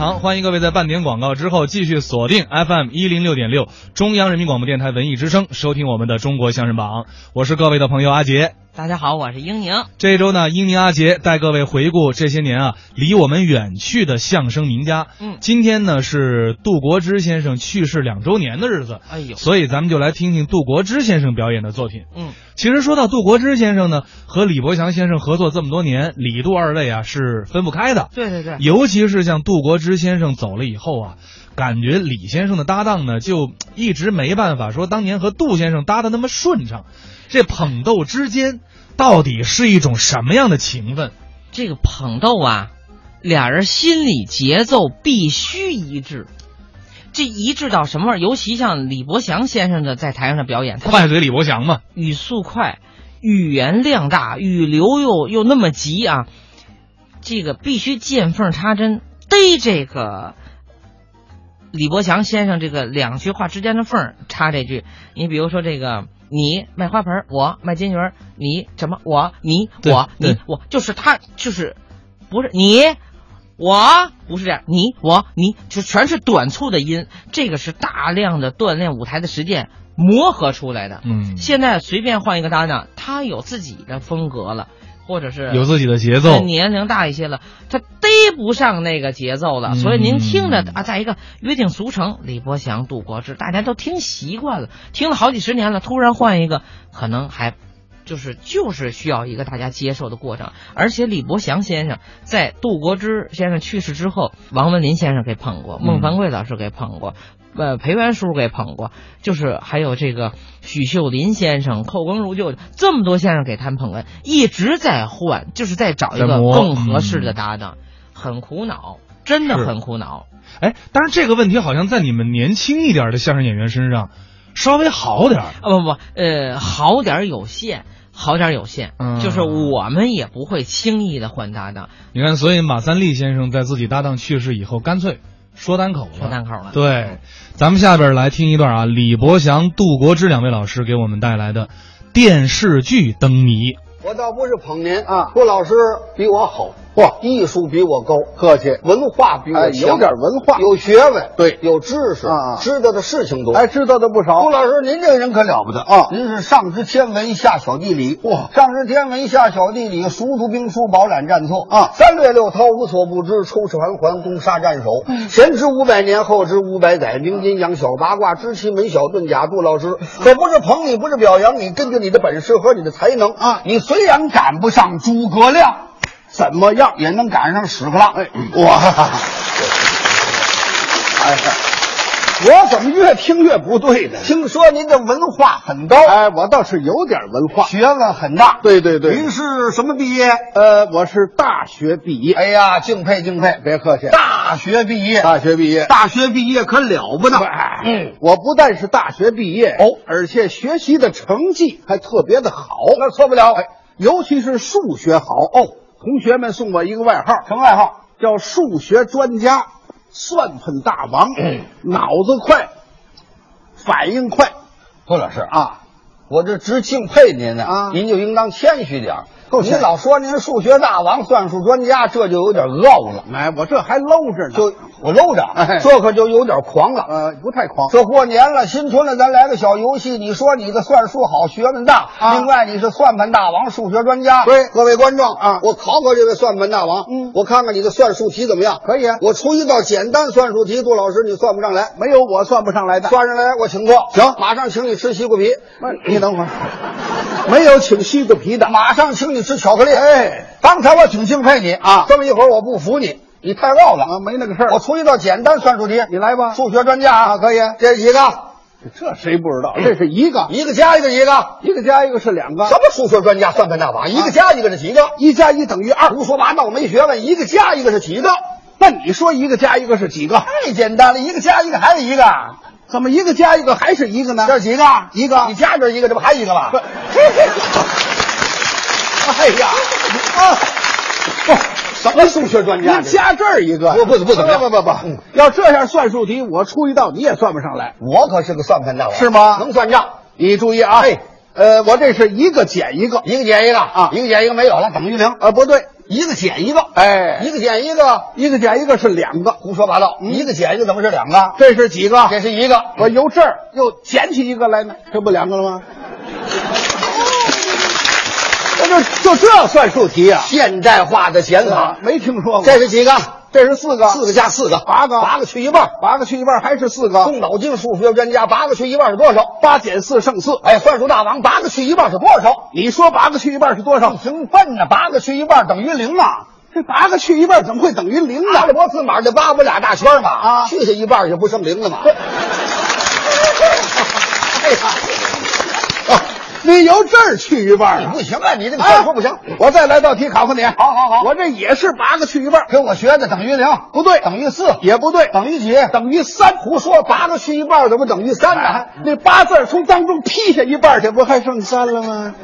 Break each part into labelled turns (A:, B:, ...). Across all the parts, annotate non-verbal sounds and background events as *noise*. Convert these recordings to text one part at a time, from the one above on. A: 好，欢迎各位在半点广告之后继续锁定 FM 一零六点六中央人民广播电台文艺之声，收听我们的中国相声榜。我是各位的朋友阿杰。
B: 大家好，我是英宁。
A: 这周呢，英宁阿杰带各位回顾这些年啊离我们远去的相声名家。
B: 嗯
A: 今天呢是杜国之先生去世两周年的日子，
B: 哎呦，
A: 所以咱们就来听听杜国之先生表演的作品。
B: 嗯，
A: 其实说到杜国之先生呢，和李伯祥先生合作这么多年，李杜二位啊是分不开的。
B: 对对对，
A: *laughs* 尤其是像杜国之先生走了以后啊，感觉李先生的搭档呢，就一直没办法说当年和杜先生搭的那么顺畅。这捧逗之间，到底是一种什么样的情
B: *laughs*
A: 分？
B: 这个捧逗啊，俩人心理节奏必须一致。这一致到什么味儿？尤其像李伯祥先生的在台上的表演，他
A: 快嘴李伯祥嘛，
B: 语速快，语言量大，语流又又那么急啊，这个必须见缝插针，逮这个李伯祥先生这个两句话之间的缝儿插这句。你比如说这个。你卖花盆儿，我卖金鱼儿，你什么？我你
A: 对
B: 我你
A: 对
B: 我，就是他就是，不是你，我不是这样，你我你就全是短促的音，这个是大量的锻炼舞台的实践磨合出来的。
A: 嗯，
B: 现在随便换一个搭档，他有自己的风格了，或者是
A: 有自己的节
B: 他
A: 奏。
B: 年龄大一些了，他逮不上那个节奏了。
A: 嗯
B: 所以您听着啊，在一个约定俗成，李伯祥、杜国志，大家都听习惯了，听了好几十年了，突然换一个，可能还。就是就是需要一个大家接受的过程，而且李伯祥先生在杜国之先生去世之后，王文林先生给捧过，
A: 嗯
B: 孟凡贵老师给捧过，呃，裴元叔给捧过，就是还有这个许秀林先生、寇更如舅，这么多先生给他们捧哏，一直在换，就是在找一
A: 在
B: 个
A: 磨嗯
B: 更合适的搭档，很苦恼，真的
A: 是
B: 很苦恼。
A: 哎，当然这个问题好像在你们年轻一点的相声演员身上稍微好点儿。
B: 啊不不，呃，好点儿有限，好点儿有限，
A: 嗯
B: 就是我们也不会轻易的换搭档，
A: 你看，所以马三立先生在自己搭档去世以后，干脆说单口了。
B: 说单口了。
A: 对，咱们下边来听一段啊，李伯祥、杜国之两位老师给我们带来的电视剧灯谜。
C: 我倒不是捧您啊，郭老师比我好，哇，艺术比我高，
D: 客气，
C: 文化比我
D: 哎
C: 强
D: 有点文化
C: 有学问，
D: 对
C: 有知识
D: 啊啊
C: 知道的事情多。
D: 哎，，知道的不少。
C: 郭老师，您这个人可了不得
D: 啊
C: 您是上知天文，下晓地理，
D: 哇
C: 上知天文，下晓地理，熟读兵书，饱览战策
D: 啊
C: 三略六韬，无所不知，出使环环，攻杀战守。
D: 嗯
C: 前知五百年，后知五百载，明阴阳小八卦，知奇门小遁甲。杜老师，
D: 嗯
C: 可不是捧你，不是表扬你，根据你的本事和你的才能
D: 啊
C: 你虽然赶不上诸葛亮，怎么样也能赶上屎壳郎。哎，
D: 嗯
C: 哇！
D: 哎
C: 我怎么越听越不对呢？听说您的文化很高，
D: 哎，我倒是有点文化。
C: 学问很大。
D: 对对对
C: 您是什么毕业？
D: 呃，我是大学毕业，
C: 哎呀，敬佩敬佩，
D: 别客气，
C: 大学毕业，
D: 大学毕业。
C: 大学毕业可了不得。
D: 嗯，我不但是大学毕业
C: 哦
D: 而且学习的成绩还特别的好，
C: 那错不了。
D: 哎，尤其是数学好哦。同学们送我一个外号，
C: 什么外号？
D: 叫数学专家、算盘大王，
C: 嗯
D: 脑子快，反应快
C: 郭老师，
D: 啊。
C: 我这直敬佩您呢
D: 啊
C: 您就应当谦虚点儿。
D: 够谦
C: 您
D: 虚
C: 老说您数学大王、算术专家，这就有点傲了。
D: 哎，我这还搂着呢，
C: 就我搂着，
D: 哎
C: 这可就有点狂了。
D: 呃不太 *laughs* 狂。
C: 这过年了，新春了，咱来个小游戏。你说你的算术好，学问大，
D: 啊
C: 另外你是算盘大王，数学专家。
D: 对
C: 各位观众
D: 啊
C: 我考考这位算盘大王，
D: 嗯
C: 我看看你的算术题怎么样。
D: 可以啊
C: 我出一道简单算术题，杜老师你算不上来，
D: 没有我算不上来的。
C: 算上来我请客。
D: 行
C: 马上请你吃西瓜皮，
D: 不是你等会儿， *laughs* 没有请西瓜皮的。
C: 马上请你吃巧克力。哎，刚才我挺敬佩你
D: 啊
C: 这么一会儿我不服你，你太傲了。
D: 啊，没那个事儿。
C: 我出一道简单算术题，
D: 你来吧
C: 数学专家啊，可以。这是几个？
D: 这谁不知道？这是一个，
C: 一个加一个，一个。
D: 一个加一个是两个
C: 什。么数学专家、算盘大王，一个加一个是几个？
D: 啊一加一等于二。
C: 胡说八道，没学问，一个加一个是几个？
D: 那你说一个加一个是几个？
C: 太简单了，一个加一个还是一个，
D: 怎么一个加一个还是一个呢？
C: 这是几个？
D: 一个
C: 你加这一个，这不还一个吗？
D: 不
C: 哎呀，啊，
D: 不，
C: 什么数学专家？
D: 您加这儿一个，
C: 不不不怎么样
D: 不不不
C: 嗯
D: 不，要这样算数题，我出一道你也算不上来。
C: 我可是个算盘大王，
D: 是吗
C: 能算账，
D: 你注意啊，
C: 哎
D: 呃，我这是一个减一个，
C: 一个减一个
D: 啊
C: 一个减一个没有了，等于零。
D: 啊，不对，
C: 一个减一个，
D: 哎
C: 一个减一个，
D: 一个减一个是两个，嗯
C: 胡说八道，一个减一个怎么是两个？
D: 这是几个？
C: 这是一个，嗯
D: 我由这儿又捡起一个来呢，这不两个了吗？
C: 这就就这算术题啊！现代化的减法，
D: 啊没听说过。
C: 这是几个？
D: 这是四个，
C: 四个加四个，
D: 八个
C: 八个去一半。
D: 八个去一半还是四个，
C: 动脑筋，数学专家，八个去一半是多少？
D: 八减四剩四。
C: 哎，算术大王，八个去一半是多少？
D: 你说八个去一半是多少？
C: 挺笨呐，八个去一半等于零啊！
D: 这八个去一半怎么会等于零
C: 阿
D: 呢
C: 拉？伯字马这八不俩大圈嘛，
D: 啊
C: 去下一半也不剩零了 *laughs* 嘛。哎呀，啊
D: 你由这儿去一半
C: 你
D: 啊？
C: 不行啊，你这个算术不行，
D: 我再来道题考考你。
C: 好好好
D: 我这也是八个去一半，
C: 跟我学的等于零，
D: 不对，
C: 等于四，
D: 也不对，
C: 等于几？哎
D: 等于三。
C: 胡说，八个去一半怎么等于三呢？
D: 那八字儿从当中劈下一半去，不还剩三了吗？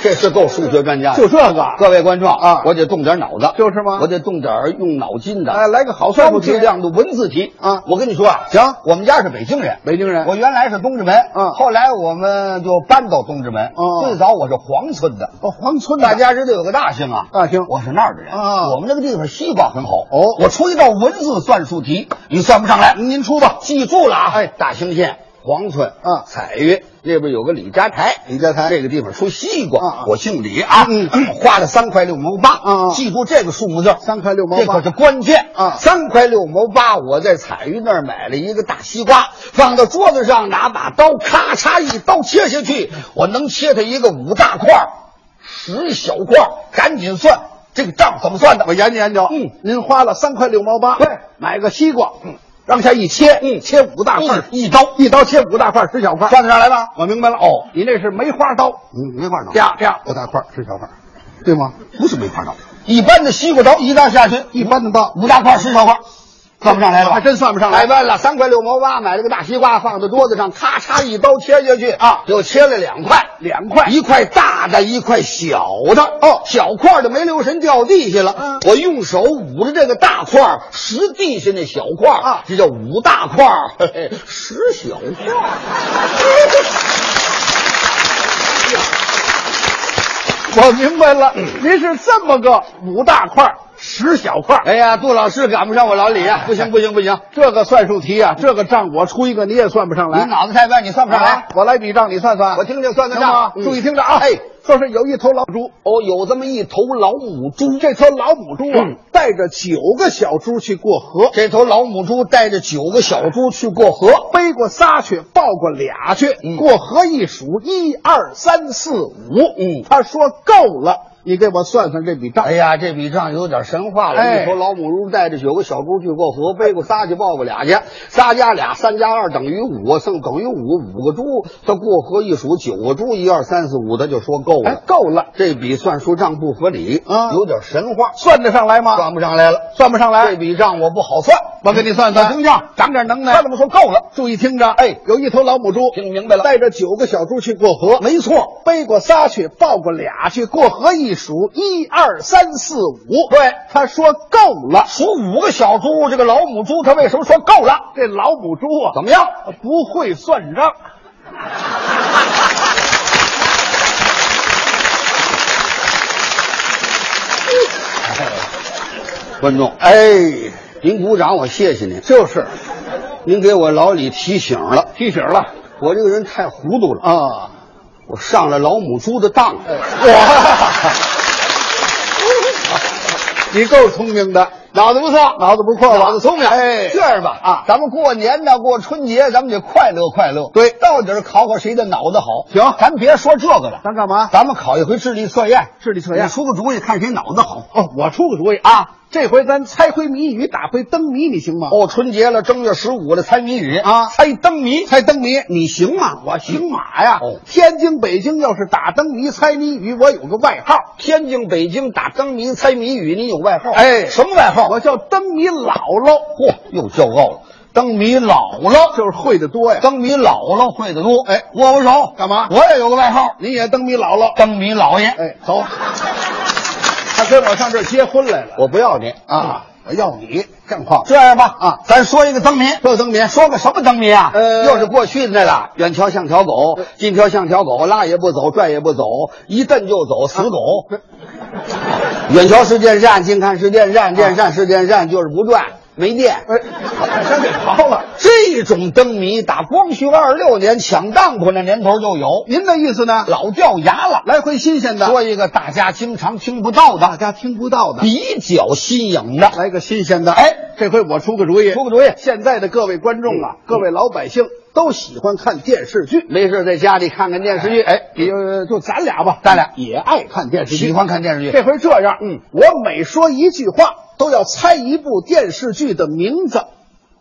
C: 这是够数学专家的。
D: 就这个，
C: 各位观众
D: 啊
C: 我得动点脑子，
D: 就是吗
C: 我得动点儿用脑筋的，
D: 哎，来个好算
C: 高
D: 术
C: 质
D: 题。
C: 量的文字题
D: 啊
C: 我跟你说啊，
D: 行
C: 我们家是北京人，
D: 北京人，
C: 我原来是东直门，
D: 嗯
C: 后来我们就搬到东直门。
D: 哦
C: 最早我是黄村的，
D: 哦，黄村
C: 大家知道有个大兴啊，
D: 大兴
C: 我是那儿的人
D: 啊
C: 我们那个地方西瓜很好。
D: 哦
C: 我出一道文字算术题，你算不上来，您出吧，记住了啊。哎，大兴县黄村
D: 啊
C: 彩云那边有个李家台，
D: 李家台
C: 这个地方出西瓜，
D: 啊啊
C: 我姓李啊，
D: 嗯
C: *clears throat* 花了三块六毛八，
D: 啊啊
C: 记住这个数目字，
D: 三块六毛
C: 这
D: 八
C: 可是关键
D: 啊
C: 三块六毛八，我在彩云那儿买了一个大西瓜，放到桌子上，拿把刀，咔嚓一刀切下去，我能切它一个五大块儿，十小块儿，赶紧算这个账怎么算的
D: 我。研究研究。
C: 嗯，
D: 您花了三块六毛八，
C: 对，
D: 买个西瓜，嗯，让下一切，
C: 嗯
D: 切五大块儿，
C: 嗯一刀
D: 一刀切五大块儿，十小块儿。
C: 算得上来吗？
D: 我明白了，
C: 哦，
D: 你那是梅花刀，
C: 嗯，没法
D: 这
C: 弄，
D: 样这样，
C: 五大块儿十小块儿，
D: 对吗？
C: 不是没法弄。一般的西瓜刀一刀下去，
D: 一般的刀
C: 五大块儿十小块儿，算不上来了吧？
D: 还真算不上
C: 买
D: 来。
C: 半了，三块六毛八，买了个大西瓜，放在桌子上，咔嚓一刀切下去啊，又切了两块，
D: 两块
C: 一块大的，一块小的。哦，小块的没留神掉地下了，
D: 嗯
C: 我用手捂着这个大块儿，拾地下那小块儿
D: 啊
C: 这叫五大块儿，嘿嘿，拾小块儿。
D: 我明白
C: 嗯
D: 了，您是这么个五大块儿，十小块儿。哎
C: 哎呀，杜老师赶不上我老李啊！不行不行不行，
D: 这个算术题啊，这个账我出一个你也算不上
C: 你
D: 来。
C: 脑子太笨，你算不上来
D: 啊。我来比账，你算算。
C: 我听听算算
D: 行吗
C: 账？，
D: 注意听着啊！
C: 哎，
D: 说是有一头老猪，
C: 哦，有这么一头老母猪。
D: 这头老母猪啊，
C: 嗯
D: 带着九个小猪去过河，
C: 这头老母猪带着九个小猪去过河，
D: 背过仨去，抱过俩去，
C: 嗯
D: 过河一数，一二三四五，
C: 嗯
D: 他说够了，你给我算算这笔账。
C: 哎呀，这笔账有点神话了。
D: 哎
C: 一头老母猪带着九个小猪去过河，背过仨去，抱过俩去，仨加俩，三加二等于五，啊剩等于五，五个猪，他过河一数，九个猪，一二三四五，他就说够了。
D: 哎，够了，
C: 这笔算术账不合理，
D: 啊
C: 有点神话，
D: 算得上来吗？
C: 算不上来了。
D: 算不上
C: 这
D: 来。
C: 笔账我不好算，
D: 我给你算算
C: 我听账，
D: 长点能耐。
C: 他这么说够了，
D: 注意听着，
C: 哎，
D: 有一头老母猪，
C: 听明白了
D: 带着九个小猪去过河，
C: 没错。
D: 背过仨去，抱过俩去，过河一数，一二三四五，
C: 对，
D: 他说够了。
C: 数五个小猪，这个老母猪它为什么说够了？
D: 这老母猪啊，
C: 怎么样？
D: 不会算账。
C: 观众，
D: 哎，
C: 您鼓掌，我谢谢您。
D: 就是
C: 您给我老李提醒了，
D: 提醒了
C: 我这个人太糊涂了，
D: 啊。
C: 我上了老母猪的当了。
D: *laughs* 你够聪明的，
C: 脑子不错，
D: 脑子不错吧？
C: 脑子聪明。
D: 哎，
C: 这样吧
D: 啊
C: 咱们过年呢，过春节，咱们得快乐快乐。
D: 对
C: 到底是考考谁的脑子好？
D: 行
C: 咱别说这个了，
D: 咱干嘛？
C: 咱们考一回啊智力测验。
D: 智力测验
C: 你出个主意，看谁脑子好。
D: 哦，我出个主意啊，这回咱猜回谜语，打回灯谜，你行吗？
C: 哦，春节了，正月十五了，猜谜语
D: 啊
C: 猜灯谜，
D: 猜灯谜，
C: 你行吗？
D: 我姓马呀。
C: 哦
D: 天津、北京要是打灯谜、猜谜语，我有个外号，
C: 天津、北京打灯谜、猜谜语，你有外号？
D: 哎
C: 什么外号？
D: 我叫灯谜姥姥，
C: 嚯，又骄傲了。灯谜姥姥，
D: 就是会的多呀。
C: 灯谜姥姥会的多。
D: 哎
C: 握握手，
D: 干嘛
C: 我也有个外号，
D: 您也灯谜姥姥，
C: 灯谜姥爷。
D: 哎，走，他跟我上这儿结婚来了
C: 我不要你嗯
D: 啊！我要你干话，
C: 这样吧，啊，咱说一个灯谜，
D: 说灯谜，
C: 说个什么灯谜啊？
D: 呃
C: 又是过去的那了，远瞧像条狗，近瞧像条狗，拉也不走，拽也不走，一蹬就走，死狗。远瞧是电扇，近看是电扇，电扇是电扇，就是不转，没电。
D: 哎，全给刨了。
C: 这种灯谜打光绪二十六年抢当铺那年头就有，
D: 您的意思呢？
C: 老掉牙了。
D: 来回新鲜的，
C: 说一个大家经常听不到
D: 大
C: 的、
D: 家听不到的，
C: 比较新颖的，
D: 来个新鲜的。
C: 哎，
D: 这回我出个主意，
C: 出个主意嗯
D: 现在的各位观众啊，各位老百姓都喜欢看电视剧，
C: 没事在家里看看电视剧，哎，
D: 也就就咱俩吧，
C: 咱俩
D: 也爱看电视剧，
C: 喜欢看电视剧
D: 这回这样，
C: 嗯，
D: 我每说一句话，都要猜一部电视剧的名字，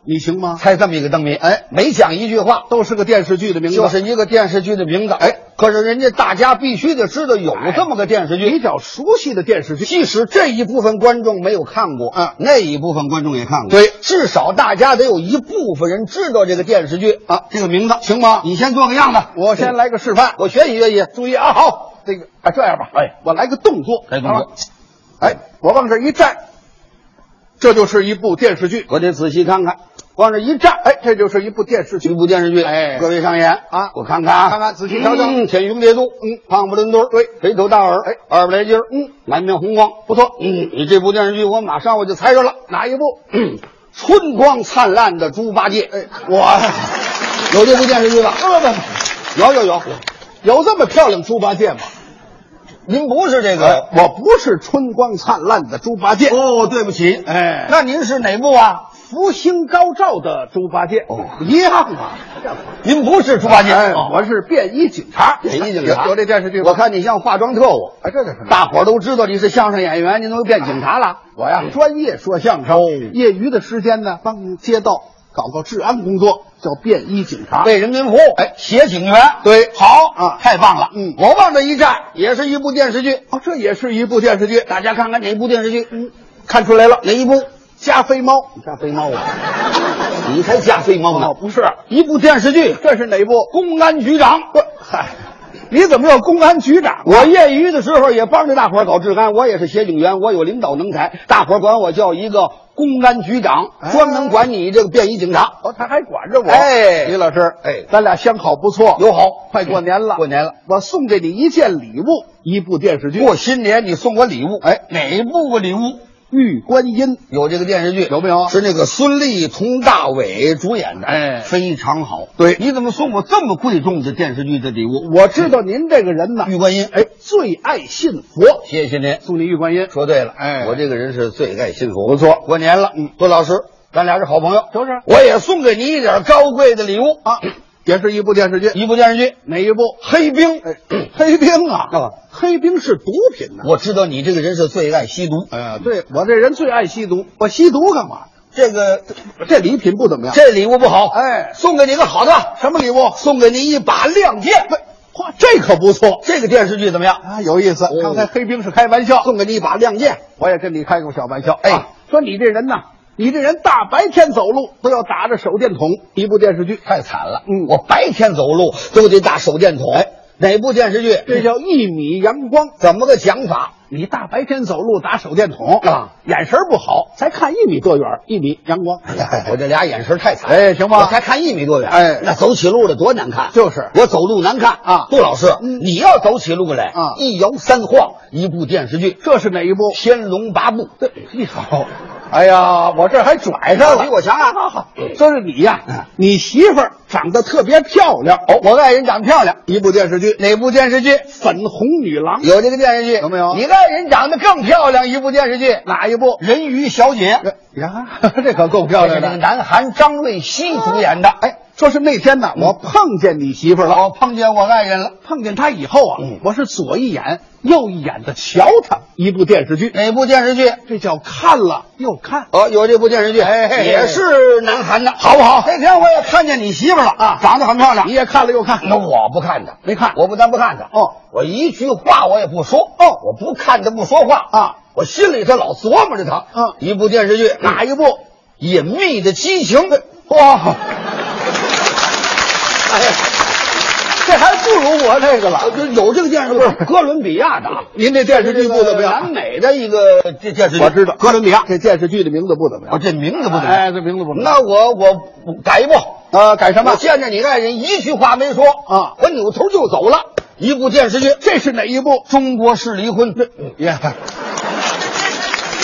D: 你行吗？
C: 猜这么一个灯谜，哎，每讲一句话，
D: 都是个电视剧的名字，
C: 就是一个电视剧的名字，哎，可是人家大家必须得知道有这么个电视
D: 比
C: 剧。
D: 较熟悉的电视剧。
C: 即使这一部分观众没有看过，
D: 嗯
C: 那一部分观众也看过。
D: 对
C: 至少大家得有一部分人知道这个电视剧啊，这个名字行吗？你先做个样子，
D: 我先来个示范，
C: 我学习学习。
D: 注意啊，好，这个啊，这样吧，哎，我来个动作，
C: 来动作
D: 啊，哎，我往这儿一站，这就是一部电视剧，
C: 我得仔细看看
D: 往这儿一站，哎，这就是一部电视
C: 一
D: 剧，
C: 部电视剧。
D: 哎
C: 各位上演
D: 啊
C: 我看看啊，
D: 看看仔细瞧瞧
C: 嗯，袒胸叠肚，嗯，胖不抡墩儿，
D: 对
C: 肥头大耳，
D: 哎，
C: 二百来斤儿，嗯，满面红光，不错。嗯，你这部电视剧我马上我就猜着了，嗯
D: 哪一部？
C: 春光灿烂的猪八戒。哎，我有这部电视剧吧？
D: 不不不，
C: 有有有，
D: 有这么漂亮猪八戒吗？
C: 您不是这
D: 哎，我不是春光灿烂的猪八戒，
C: 哦，对不起，
D: 哎
C: 那您是哪部啊？
D: 福星高照的猪八戒，
C: 哦
D: 一样啊。
C: *laughs* 您不是猪八戒，
D: 哎，
C: 哦
D: 我是便衣警察，
C: 演艺警察
D: 有有这电视剧吗？
C: 我看你像化妆特务。
D: 哎，这叫什么？
C: 大伙儿都知道你是相声演员，您怎么变警察了？哦
D: 我呀，专业说相声，业余的时间呢，帮街道搞搞治安工作，叫便衣警察。
C: 为人民服务，
D: 哎，
C: 协警员，
D: 对
C: 好
D: 啊
C: 太棒了，
D: 嗯
C: 我往这一站，也是一部电视剧，
D: 哦，这也是一部电视剧，
C: 大家看看哪部电视剧？嗯，
D: 看出来了，
C: 哪一部？
D: 加菲猫。
C: 加菲猫啊， *laughs* 你才加菲猫呢
D: 哦，，不是，
C: 一部电视剧，
D: 这是哪部？
C: 公安局长。
D: 不，嗨，你怎么叫公安局长？啊
C: 我业余的时候也帮着大伙儿搞治安，我也是协警员，我有领导能才，大伙儿管我叫一个公安局长，
D: 哎
C: 专门管你这个便衣警察。
D: 哦，他还管着我。
C: 哎
D: 李老师，
C: 哎
D: 咱俩相好不错，
C: 友好，嗯
D: 快过年了，
C: 过年了，
D: 我送给你一件礼物，一部电视剧
C: 过新年你送我礼物，
D: 哎
C: 哪一部个礼物？
D: 《玉观音》，
C: 有这个电视剧
D: 有没有？
C: 是那个孙俪、佟大为主演的，
D: 哎
C: 非常好。
D: 对
C: 你怎么送我这么贵重的电视剧的礼物？
D: 我知道您这个人呢，
C: 玉观音，
D: 哎，最爱信佛，
C: 谢谢您，
D: 送你玉观音。
C: 说对了，
D: 哎
C: 我这个人是最爱信佛，不错。过年了，嗯，杜老师，咱俩是好朋友，
D: 就是
C: 我也送给你一点高贵的礼物，
D: 啊，也是一部电视剧，
C: 一部电视剧《
D: 哪一部？
C: 黑冰》。
D: 哎，黑冰啊，
C: 干嘛
D: 黑冰是毒品呐、
C: 我知道你这个人是最爱吸毒，
D: 哎呀，对我这人最爱吸毒，我吸毒干嘛？
C: 这个
D: 这礼品不怎么样。
C: 这礼物不好，
D: 哎
C: 送给你个好的，
D: 什么礼物？
C: 送给你一把亮剑。
D: 嚯，这可不错
C: 这个电视剧怎么样？
D: 啊，有意思。
C: 哦
D: 刚才黑冰是开玩笑，
C: 送给你一把亮剑。
D: 我也跟你开过小玩笑。
C: 哎
D: 啊说你这人呐，你这人大白天走路都要打着手电筒。一部电视剧，
C: 太惨了。
D: 嗯哎
C: 我白天走路都得打手电筒。哪部电视剧？
D: 这叫一米阳光。
C: 怎么个讲法？
D: 你大白天走路打手电筒
C: 啊，
D: 眼神不好，才看一米多远，一米阳 *laughs* 光。
C: *laughs* 我这俩眼神太惨。
D: 哎行吧
C: 我才看一米多远。
D: 哎
C: 那走起路来多难看。
D: 就是
C: 我走路难看
D: 啊
C: 杜老师，
D: 嗯
C: 你要走起路来
D: 啊
C: 一摇三晃，一部电视剧
D: 这是哪一部
C: 《天龙八部》。
D: 这你好，哎呀，我这还拽上了，
C: 比我强啊嗯
D: 好好，这是你呀，你媳妇儿长得特别漂亮，
C: 哦，我爱人长得漂亮。
D: 一部电视剧《
C: 哪部电视剧？
D: 粉红女郎》，
C: 有这个电视剧
D: 有没有
C: 你爱人长得更漂亮，一部电视剧《
D: 哪一部？
C: 人鱼小姐》，
D: 呀， *laughs* 这可够漂亮
C: 这是那个
D: 的。
C: 南韩张瑞熙主演的。哎，
D: 说是那天呢，我碰见你媳妇儿了，
C: 我碰见我爱人了。
D: 碰见她以后啊
C: 嗯，
D: 我是左一眼右一眼的瞧她。一部电视剧，
C: 哪部电视剧？
D: 这叫看了又看。
C: 哦，有这部电视剧，
D: 哎
C: 也是南韩的，好不好？那天我也看见你媳妇了
D: 啊
C: 长得很漂亮
D: 你。也看了又看，
C: 那我不看她，
D: 没看
C: 我不但不看她，
D: 哦，
C: 我一句话我也不说，
D: 哦
C: 我不看她不说话
D: 啊，
C: 我心里头老琢磨着她。
D: 嗯
C: 一部电视剧哪一部？《隐秘的激情》 *laughs* 哇，哎呀，
D: 这还不如我这个
C: 啊
D: 了。
C: 这有这个电视剧，哥伦比亚的啊。
D: 您这电视剧不怎么
C: 南
D: 样，
C: 美的一个电电视剧，
D: 我知道
C: 哥伦比亚。
D: 这电视剧的名字不怎么
C: 哦，
D: 样。
C: 这名字不怎么样。
D: 哎，这名字不怎么样。
C: 那我我改一部，
D: 呃，改什
C: 我
D: 么？
C: 见着你爱人一句话没说
D: 啊
C: 我扭头就走了。一部电视剧《
D: 这是哪一部？
C: 嗯中国式离婚》，
D: 耶，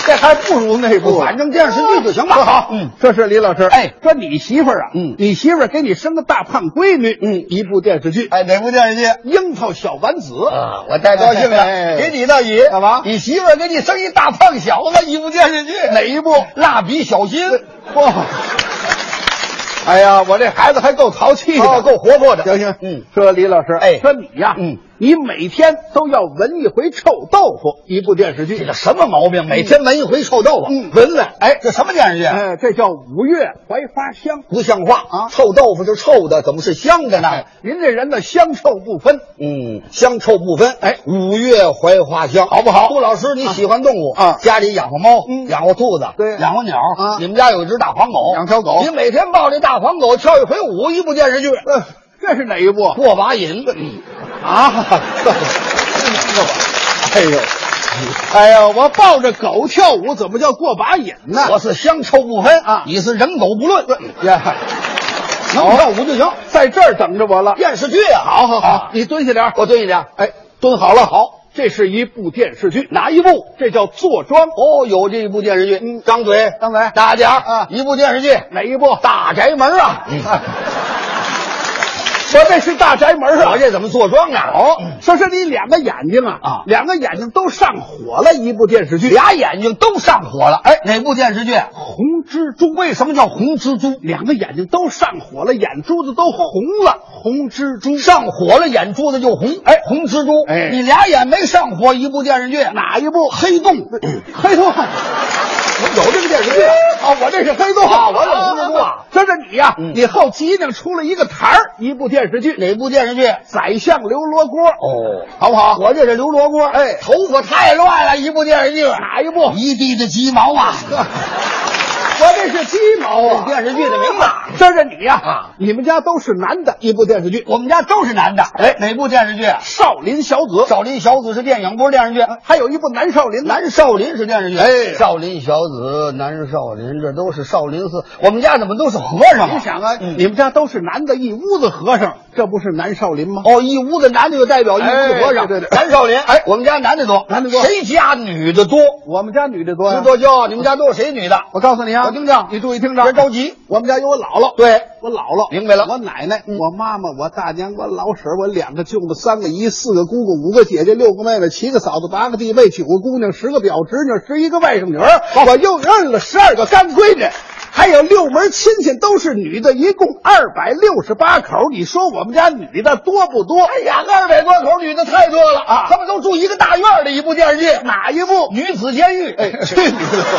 D: 这还不如内部
C: 反正这样是对就行吧。
D: 好，
C: 嗯，
D: 这是李老师。
C: 哎，
D: 说你媳妇儿啊，
C: 嗯
D: 你媳妇儿给你生个大胖闺女，
C: 嗯
D: 一部电视剧，
C: 哎，哪部电视剧？
D: 《樱桃小丸子》
C: 啊，我太高兴了，给你道喜
D: 哎干嘛
C: 你媳妇儿给你生一大胖小子，一部电视剧哪一部？《蜡笔小新》。
D: 哇！哎呀，我这孩子还够淘气的，
C: 哦够活泼的
D: 行行，
C: 嗯，
D: 说李老师，
C: 哎
D: 说你呀，
C: 嗯，
D: 你每天都要闻一回臭豆腐，一部电视剧，
C: 这个什么毛病？每天闻一回臭豆腐，
D: 嗯
C: 闻闻，哎，这什么电视剧？
D: 哎，这叫五月槐花香。
C: 不像话
D: 啊
C: 臭豆腐是臭的，怎么是香的呢？
D: 哎，您这人呢，香臭不分。
C: 嗯，香臭不分。哎，五月槐花香，好不好？杜老师，你喜欢动物
D: 啊
C: 家里养过猫，
D: 嗯
C: 养过兔子，
D: 对
C: 养过鸟
D: 啊
C: 你们家有一只大黄狗，
D: 养条狗
C: 你每天抱着大黄狗跳一回舞，一部电视剧《
D: 嗯，这是哪一部？
C: 过把瘾》
D: 呃啊！
C: 哎呦，
D: 哎呀，我抱着狗跳舞，怎么叫过把瘾呢？
C: 我是香臭不分
D: 啊
C: 你是人狗不论，
D: 呀，
C: 能跳舞就行。
D: 在这儿等着我了。
C: 电视剧啊，
D: 好好好，，你蹲下点儿。
C: 我对你讲，
D: 哎，
C: 蹲好了，好。
D: 这是一部电视剧，哪一部？这叫坐庄。
C: 哦，有这一部电视剧，
D: 嗯
C: 张嘴，
D: 张嘴
C: 大家
D: 啊
C: 一部电视剧，
D: 哪一部？嗯
C: 《大宅门》啊，
D: 我这是大宅门啊！
C: 我这怎么坐庄啊？
D: 哦，说是你两个眼睛啊，
C: 啊
D: 两个眼睛都上火了，一部电视剧《
C: 俩眼睛都上火了。哎，哪部电视剧？
D: 红蜘蛛》。
C: 为什么叫红蜘蛛？
D: 两个眼睛都上火了，眼珠子都红了，红蜘蛛。
C: 上火了，眼珠子就红。哎，红蜘蛛。
D: 哎
C: 你俩眼没上火，一部电视剧啊
D: 哪一部？
C: 黑洞
D: 黑洞。
C: 有这个电视剧
D: 啊，我这是黑洞
C: 啊我怎么不知道
D: *laughs*
C: 啊？
D: 这是你呀、
C: 嗯
D: 你后脊梁出了一个台儿，一部电视剧《
C: 哪部电视剧？
D: 宰相刘罗锅》
C: 哦，
D: 好不好？
C: 我这是刘罗锅。哎，头发太乱了，一部电视剧
D: 哪一部？
C: 一地的鸡毛
D: *laughs*
C: 啊！
D: 我这是鸡毛啊！
C: 这是电视剧的名字
D: 这是你呀、
C: 啊
D: 你们家都是男的，一部电视剧《
C: 我们家都是男的。哎，哪部电视剧？
D: 少林小子》，
C: 少林小子是电影，不是电视剧。
D: 还有一部《南少林》呢。
C: 南少林是电视剧，
D: 哎
C: 少林小子、南少林，这都是少林寺。我们家怎么都是和尚啊？
D: 你想啊，
C: 嗯
D: 你们家都是男的，一屋子和尚，这不是南少林吗？
C: 哦，一屋子男的就代表一屋子和尚，
D: 哎对对对
C: 南少林。哎，我们家男的多，
D: 男的多
C: 谁家女的多？
D: 我们家女的多呀
C: 知。多骄傲，你们家都有谁女的？
D: 我告诉你啊，
C: 我听着
D: 你注意听着，
C: 别着急。
D: 我们家有我姥姥，
C: 对，
D: 我姥姥，
C: 明白了嗯
D: 我奶奶，我妈妈，我大娘，我老婶儿，我两个舅母，三个姨，四个姑姑，五个姐姐，六个妹妹，七个嫂子，八个弟妹，九个姑娘，十个表侄女，十一个外甥女儿，
C: 哦
D: 我又认了十二个干闺女。还有六门亲戚都是女的，一共二百六十八口。你说我们家女的多不多？
C: 哎呀，二百多口女的太多了
D: 啊
C: 他们都住一个大院儿的一部电视剧，
D: 哪一部？
C: 女子监狱。
D: 哎，去你的！